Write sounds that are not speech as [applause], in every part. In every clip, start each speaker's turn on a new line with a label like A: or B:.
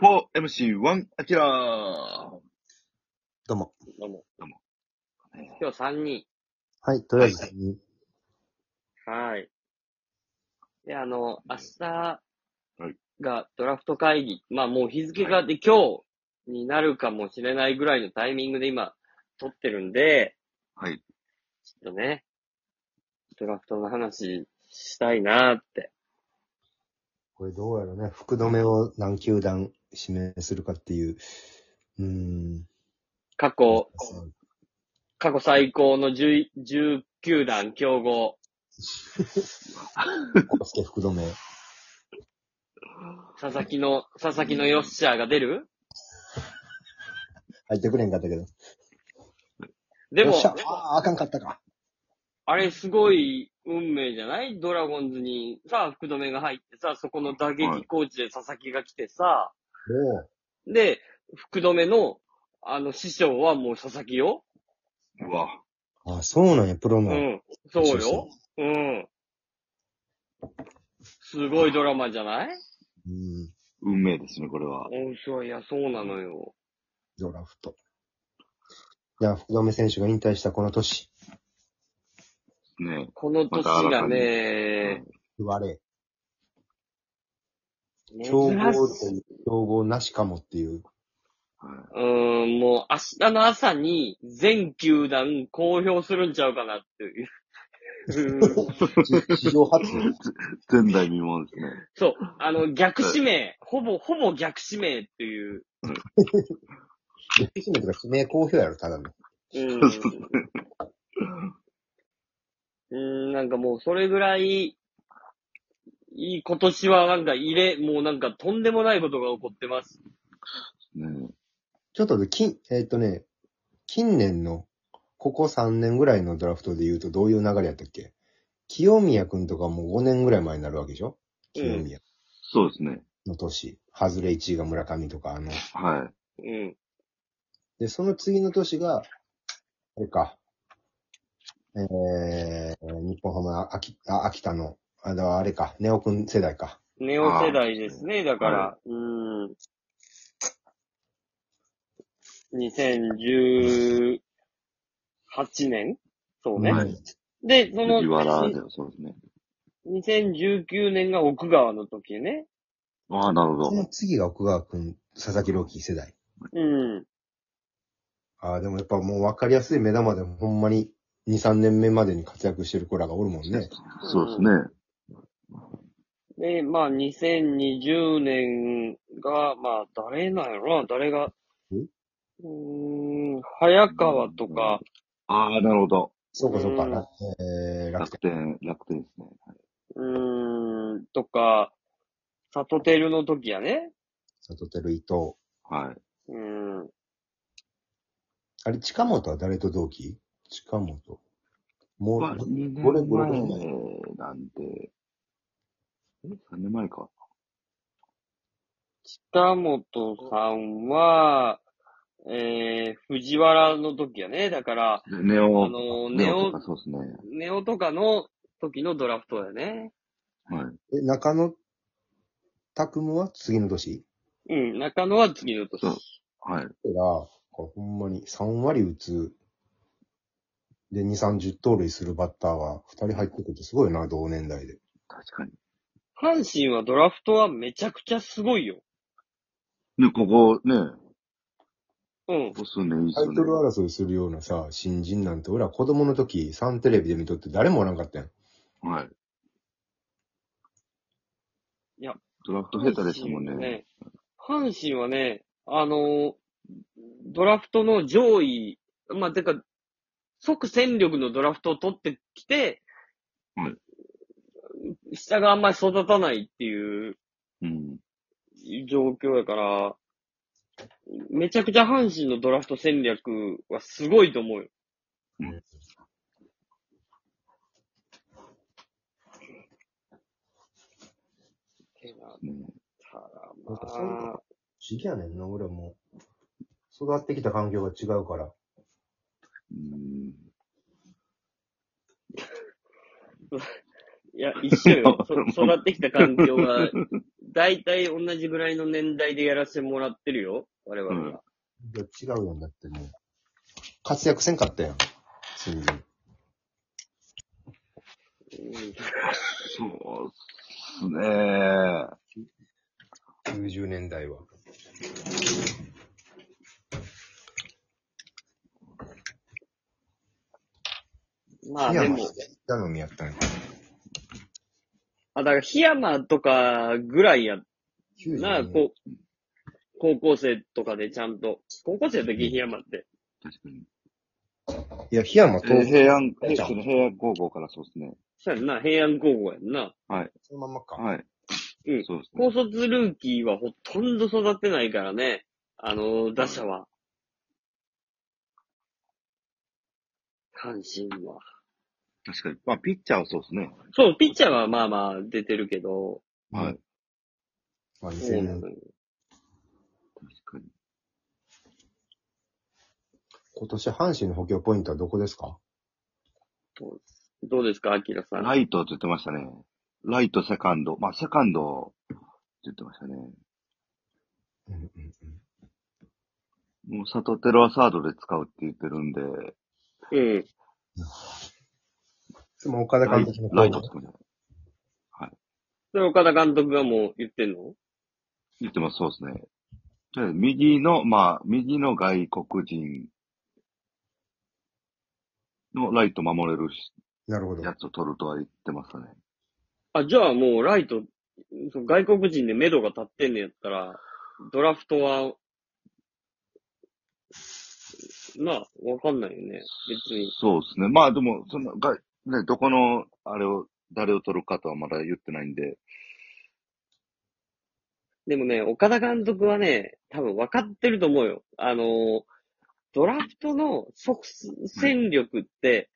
A: 4MC1 アキラー
B: どうも。
C: どうも。
A: どうも。
C: 今日3人。
B: はい、とりあえず、
A: は
C: はい。で、あの、明日
A: はい
C: がドラフト会議。まあもう日付がで今日になるかもしれないぐらいのタイミングで今撮ってるんで、
A: はい。
C: ちょっとね、ドラフトの話したいなーって。
B: これどうやらね、福留を何球団指名するかっていう。うーん。
C: 過去、過去最高の10 19段競合。
B: そして福留。
C: 佐々木の、佐々木のヨッシャーが出る
B: 入ってくれんかったけど。
C: でも
B: よっし、ゃ、ああ、あかんかったか。
C: あれすごい運命じゃないドラゴンズにさ、福留が入ってさ、そこの打撃コーチで佐々木が来てさ、
B: も
C: で、福留の、あの、師匠はもう佐々木よ。
A: うわ。
B: う。あそうなんや、プロ
C: う
B: の。
C: ん。そう
B: 師匠
C: よ。うん。すごいドラマじゃない
B: うん。
A: 運命ですね、これは。
C: 面白い。いや、そうなのよ。
B: ドラフト。いや、福留選手が引退したこの年、
A: ね
C: この年がね、
B: 言われ、
C: 珍
B: 競合
C: し
B: という、競合なしかもっていう。
A: は
C: うーん、もう明日の朝に全球団公表するんちゃうかなっていう。
B: [laughs]
C: うん
B: 史上初。
A: い。前代未聞ですね。 [laughs]
C: そう、あの、逆指名、ほぼ、ほぼ逆指名っていう。
B: 指名とか指名公表やろ、ただの。
C: うん
A: そうそう。
C: うん、なんかもうそれぐらい、いい、今年はなんか入れ、もうなんかとんでもないことが起こってます。
A: ね
B: ちょっとで、きえーっ、とね、近年の、ここ3年ぐらいのドラフトで言うとどういう流れやったっけ清宮くんとかもう5年ぐらい前になるわけでしょ
C: うん
B: 清宮
A: そうですね。
B: の年。ハズレ1位が村上とか、あの。
A: は
C: うん。
B: で、その次の年が、あれか。えー、日本ハムあ秋あ秋田の、あのあれか、ネオくん世代か。
C: ネオ世代ですね、だから。うん。2018年そう
B: う
C: ね。
A: はい
C: で、
A: い。
C: その、
A: 藤原ではそうですね。
C: 2019年が奥川の時ね。
A: ああ、なるほ
B: その
A: ど。
B: 次が奥川くん、佐々木朗希世代。
C: うん。
B: ああ、でもやっぱもう分かりやすい目玉でもほんまに2、3年目までに活躍してる子らがおるもんね。
A: そうですね。
C: で、まあ、2020年が、まあ、誰なんやろな、誰が、
B: ん
C: うーん、早川とか、
A: ああ、なるほど。
B: そうかそうか。
C: うん
B: らえー、楽
A: 楽
B: 天。
A: 天、楽天ですね。
C: うーん、とか、サトテルの時やね。
B: 佐藤輝伊藤。
A: はい。
C: うん。
B: あれ、近本は誰と同期近本。もう、
A: まあ、2
B: これ
A: 年
B: これ
A: 前なんで、え ?3 年前か。
C: 北本さんは、えー、藤原の時やね。だから、
A: ネ
C: あ
A: オ、
C: の、
A: ネ
C: ネ
A: オとか、
C: オ
A: そうですね。
C: ネオとかの時のドラフトやね。
A: はい。
B: え、中野拓夢は次の年
C: うん、中野は次の年。
A: そうはい。
B: だから、こうほんまに3割打つ。で、2、30盗塁するバッターは2人入ってくるってすごいな、同年代で。
A: 確かに。
C: 阪神はドラフトはめちゃくちゃすごいよ。
A: で、ここね、
C: うん。
A: ここ数年いいっ
B: タ
A: す
B: イ
A: よ
B: ト
A: ね
B: ル。争いするようなさ、新人なんて、俺は子供の時、サンテレビで見とって誰もおらんかったやん。
A: はい。
C: いや。
A: ドラフト下手でしたもんね。。
C: 阪神はね、あのードラフトの上位、まあ、てか、即戦力のドラフトを取ってきて、
A: はい
C: 下があんまり育たないっていう
A: うん。
C: 状況やから、めちゃくちゃ阪神のドラフト戦略はすごいと思うよ。てなっ
A: ね
C: たら、
B: な
C: ま
B: んかそういうの
C: あ、
B: 不思議やねんな、俺も。育ってきた環境が違うから。
A: うん。
C: いや、一緒よ。そ育ってきた環
B: [laughs]
C: 境が、だいたい同じぐらいの年代でやらせてもらってるよ。我々は。
B: いや違うやんだってもう。活躍せんかったやん。新人。
C: うん
A: そうっすね。
B: 90年代は。
C: まあでも
B: 檜、山頼みやったんや。
C: あ、だから、檜山とかぐらいや
B: 90
C: な、こう、高校生とかでちゃんと。高校生の時、檜山って。
A: 確かに。
B: いや、檜山
A: え
B: 東
A: ー平安、
B: え
A: え
B: ー
A: その平安高校からそうですね。
C: そうやんな、平安高校やんな。
B: そのまんまか。
A: はい。
C: うん
A: そうですね
C: 高。卒ルーキーはほとんど育ってないからね。あの、打者は。阪神は。
A: 確かに。まあ、ピッチャーはそうですね。
C: そう、ピッチャーはまあまあ出てるけど。
A: は
B: はいい。まあ、
C: そ
B: 2000
C: うな
B: 年
C: の。よ
A: 確かに。
B: 今年、阪神の補強ポイントはどこですか
C: どうですか、アキラさん。
A: ライトって言ってましたね。ライト、セカンド。まあ、セカンドって言ってましたね。
B: うんうんうん。
A: もう、サトテロはサードで使うって言ってるんで、
C: うん。
B: いつも岡田
A: ライ
B: 監督の
A: ライトって
B: こ
A: 言ってましたね
C: それ岡田監督がもう言ってんの
A: 言ってます、そうですね。で右の、まあ、右の外国人のライト守れるし
B: うなるほど。
A: やつを取るとは言ってましたね。
C: あ、じゃあもうライト、そう外国人で目処が立ってんねやったら、ドラフトは、なあ、わかんないよね。別に。
A: そうですね。まあ、でも、その、が、ね、どこの、あれを、誰を取るかとはまだ言ってないんで、
C: でもね、岡田監督はね、多分分かってると思うよ。あのー、ドラフトの即戦力って、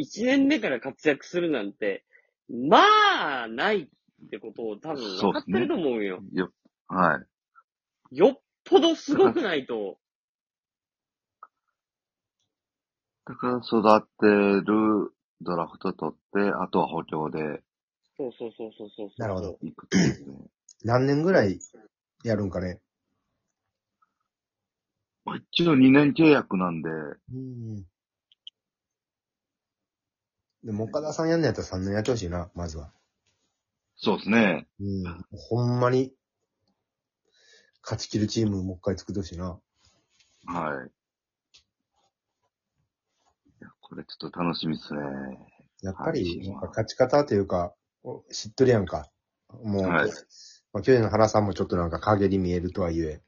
C: 1年目から活躍するなんて、まあ、ないってことを多分分かってると思うよ。
A: よ、はい。
C: よっぽどすごくないと。
A: だから育ってるドラフト取って、あとは補強で
C: そうそうそうそうそうそう。
B: なるほど。
A: 行くってことですね。
B: 何年ぐらいやるんかね。
A: まあ一応2年契約なんで、
B: うん。でも、岡田さんやんのやったら3年やってほしいな、まずは。
A: そうですね。
B: うん。ほんまに、勝ち切るチームもう一回作ってほしいな。
A: はい。いやこれちょっと楽しみですね。
B: やっぱり、
A: はい
B: なんか勝ち方というか、お知っとるやんか。もう、
A: はい
B: まあ、去年の原さんもちょっとなんか影に見えるとはいえ、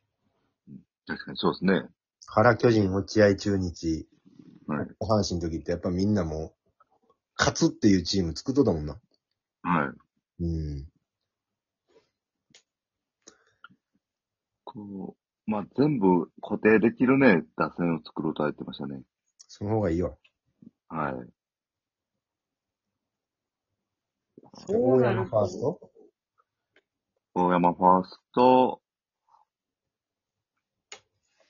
A: 確かにそうですね。
B: 原巨人、落合中日、
A: はい。
B: 阪神の時ってやっぱみんなもう、勝つっていうチーム作っとったもんな。
A: はい。
B: うん。
A: こう、まあ、全部固定できるね、打線を作ろうとは言ってましたね。
B: その方がいいよ。
A: はい。
C: そうな
B: 大山
C: る
B: ファース
C: と。
B: ト
A: 大山ファースト、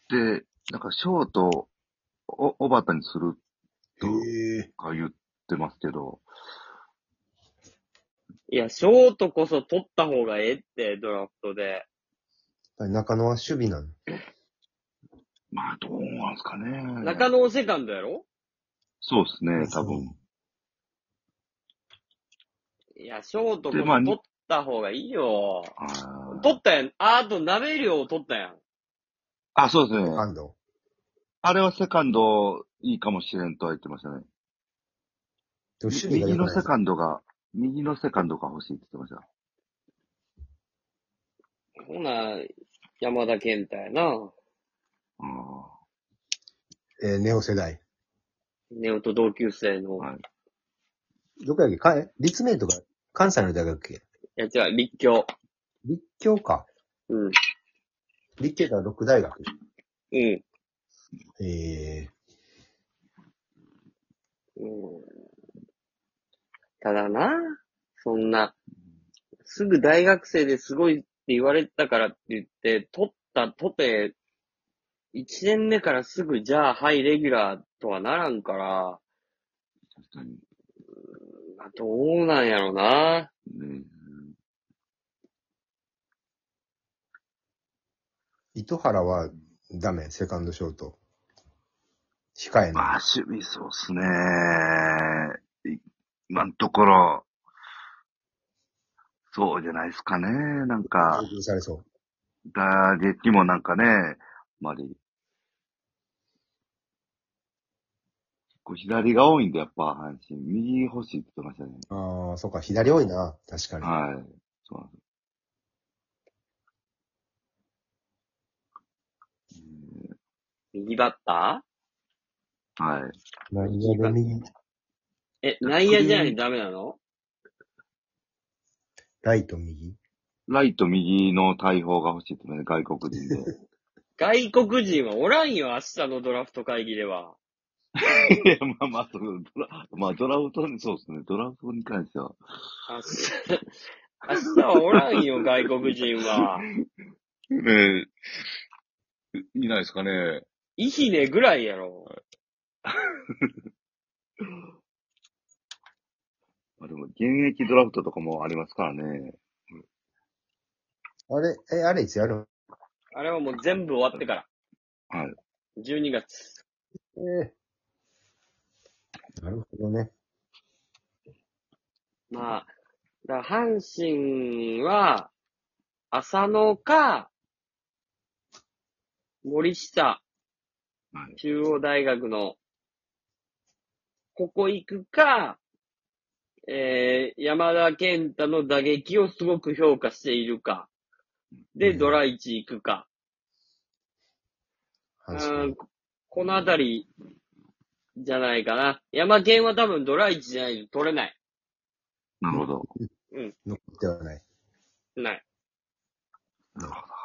A: で、なんかショートを、小畑にすると
B: へえ。
A: か言ってますけど、
C: いや、ショートこそ取った方がええって、ドラフトで。
B: 中野は守備なの。
A: まあ、どうなんですかね。
C: 中野をセカンドやろ
A: そうですね、多分。
C: いや、ショートこそ
A: でまあに
C: 取った方がいいよ。
A: あー
C: 取ったやん。あ、あと、鍋量を取ったやん。
A: あ、そうですね。
B: 安藤。
A: あれはセカンドいいかもしれんとは言ってましたね。
B: でも守備が
A: 右
B: 良く
A: の
B: ない
A: セ。カンドが、右のセカンドが欲しいって言ってました。
C: ほな、山田健太やな。
A: あー
B: えーネオ世代。
C: ネオと同級生の。
A: はいい、
B: どこやっけかえ立命とか、関西の大学やっけ
C: や、違う、立教。
B: 立教か。
C: うん。
B: 立教から六大学。
C: うん。
B: ええ
C: うん、ただな、そんな、すぐ大学生ですごいって言われたからって言って、取ったとて、一年目からすぐじゃあ、はい、レギュラーとはならんから、
A: 確かに。
C: などうなんやろな。
A: ね
B: 糸原はダメ、セカンドショート。控え
A: ま
B: な
A: あ、趣味そうっすね。い今のところ、そうじゃないですかね。なんか
B: い。、要求されそう。
A: 打撃もなんかね、あまり。こう左が多いんで、やっぱ、阪神。右欲しいって言ってましたね。
B: ああ、そうか、左多いな、確かに。
A: はい。そうなんです。
C: 右バッタ
A: うんはい。
B: 何やで右、
C: ーえ、内野じゃないとダメなの
B: ライト右。
A: ライト右の大砲が欲しいって言ってましたね、外国人で。
C: 外国人はおらんよ、明日のドラフト会議では。
A: [laughs] いや、まあまあ、そうドラ、まあ、ドラフトに、そうですね、ドラフトに関しては。
C: 明日、明日はおらんよ、外国人
A: [laughs]
C: は。
A: ええいないですかね。
C: いひねぐらいやろ。
A: まあでも、現役ドラフトとかもありますからね。
B: あれ、え、あれいつやる
C: あれはもう全部終わってから。
A: はい。
C: 12月。
B: のええなるほどね。
C: まあ、だから阪神は、浅野か、森下
A: は、い
C: 中央大学の、ここ行くか、えー、山田健太の打撃をすごく評価しているか、で、ドラ1行くか、
B: 阪
C: う
B: 神
C: んこのあたりじゃないかな。山県は多分ドライチじゃないと取れない。
A: なるほど。
B: 残ってはない。
C: ない。
A: なるほど。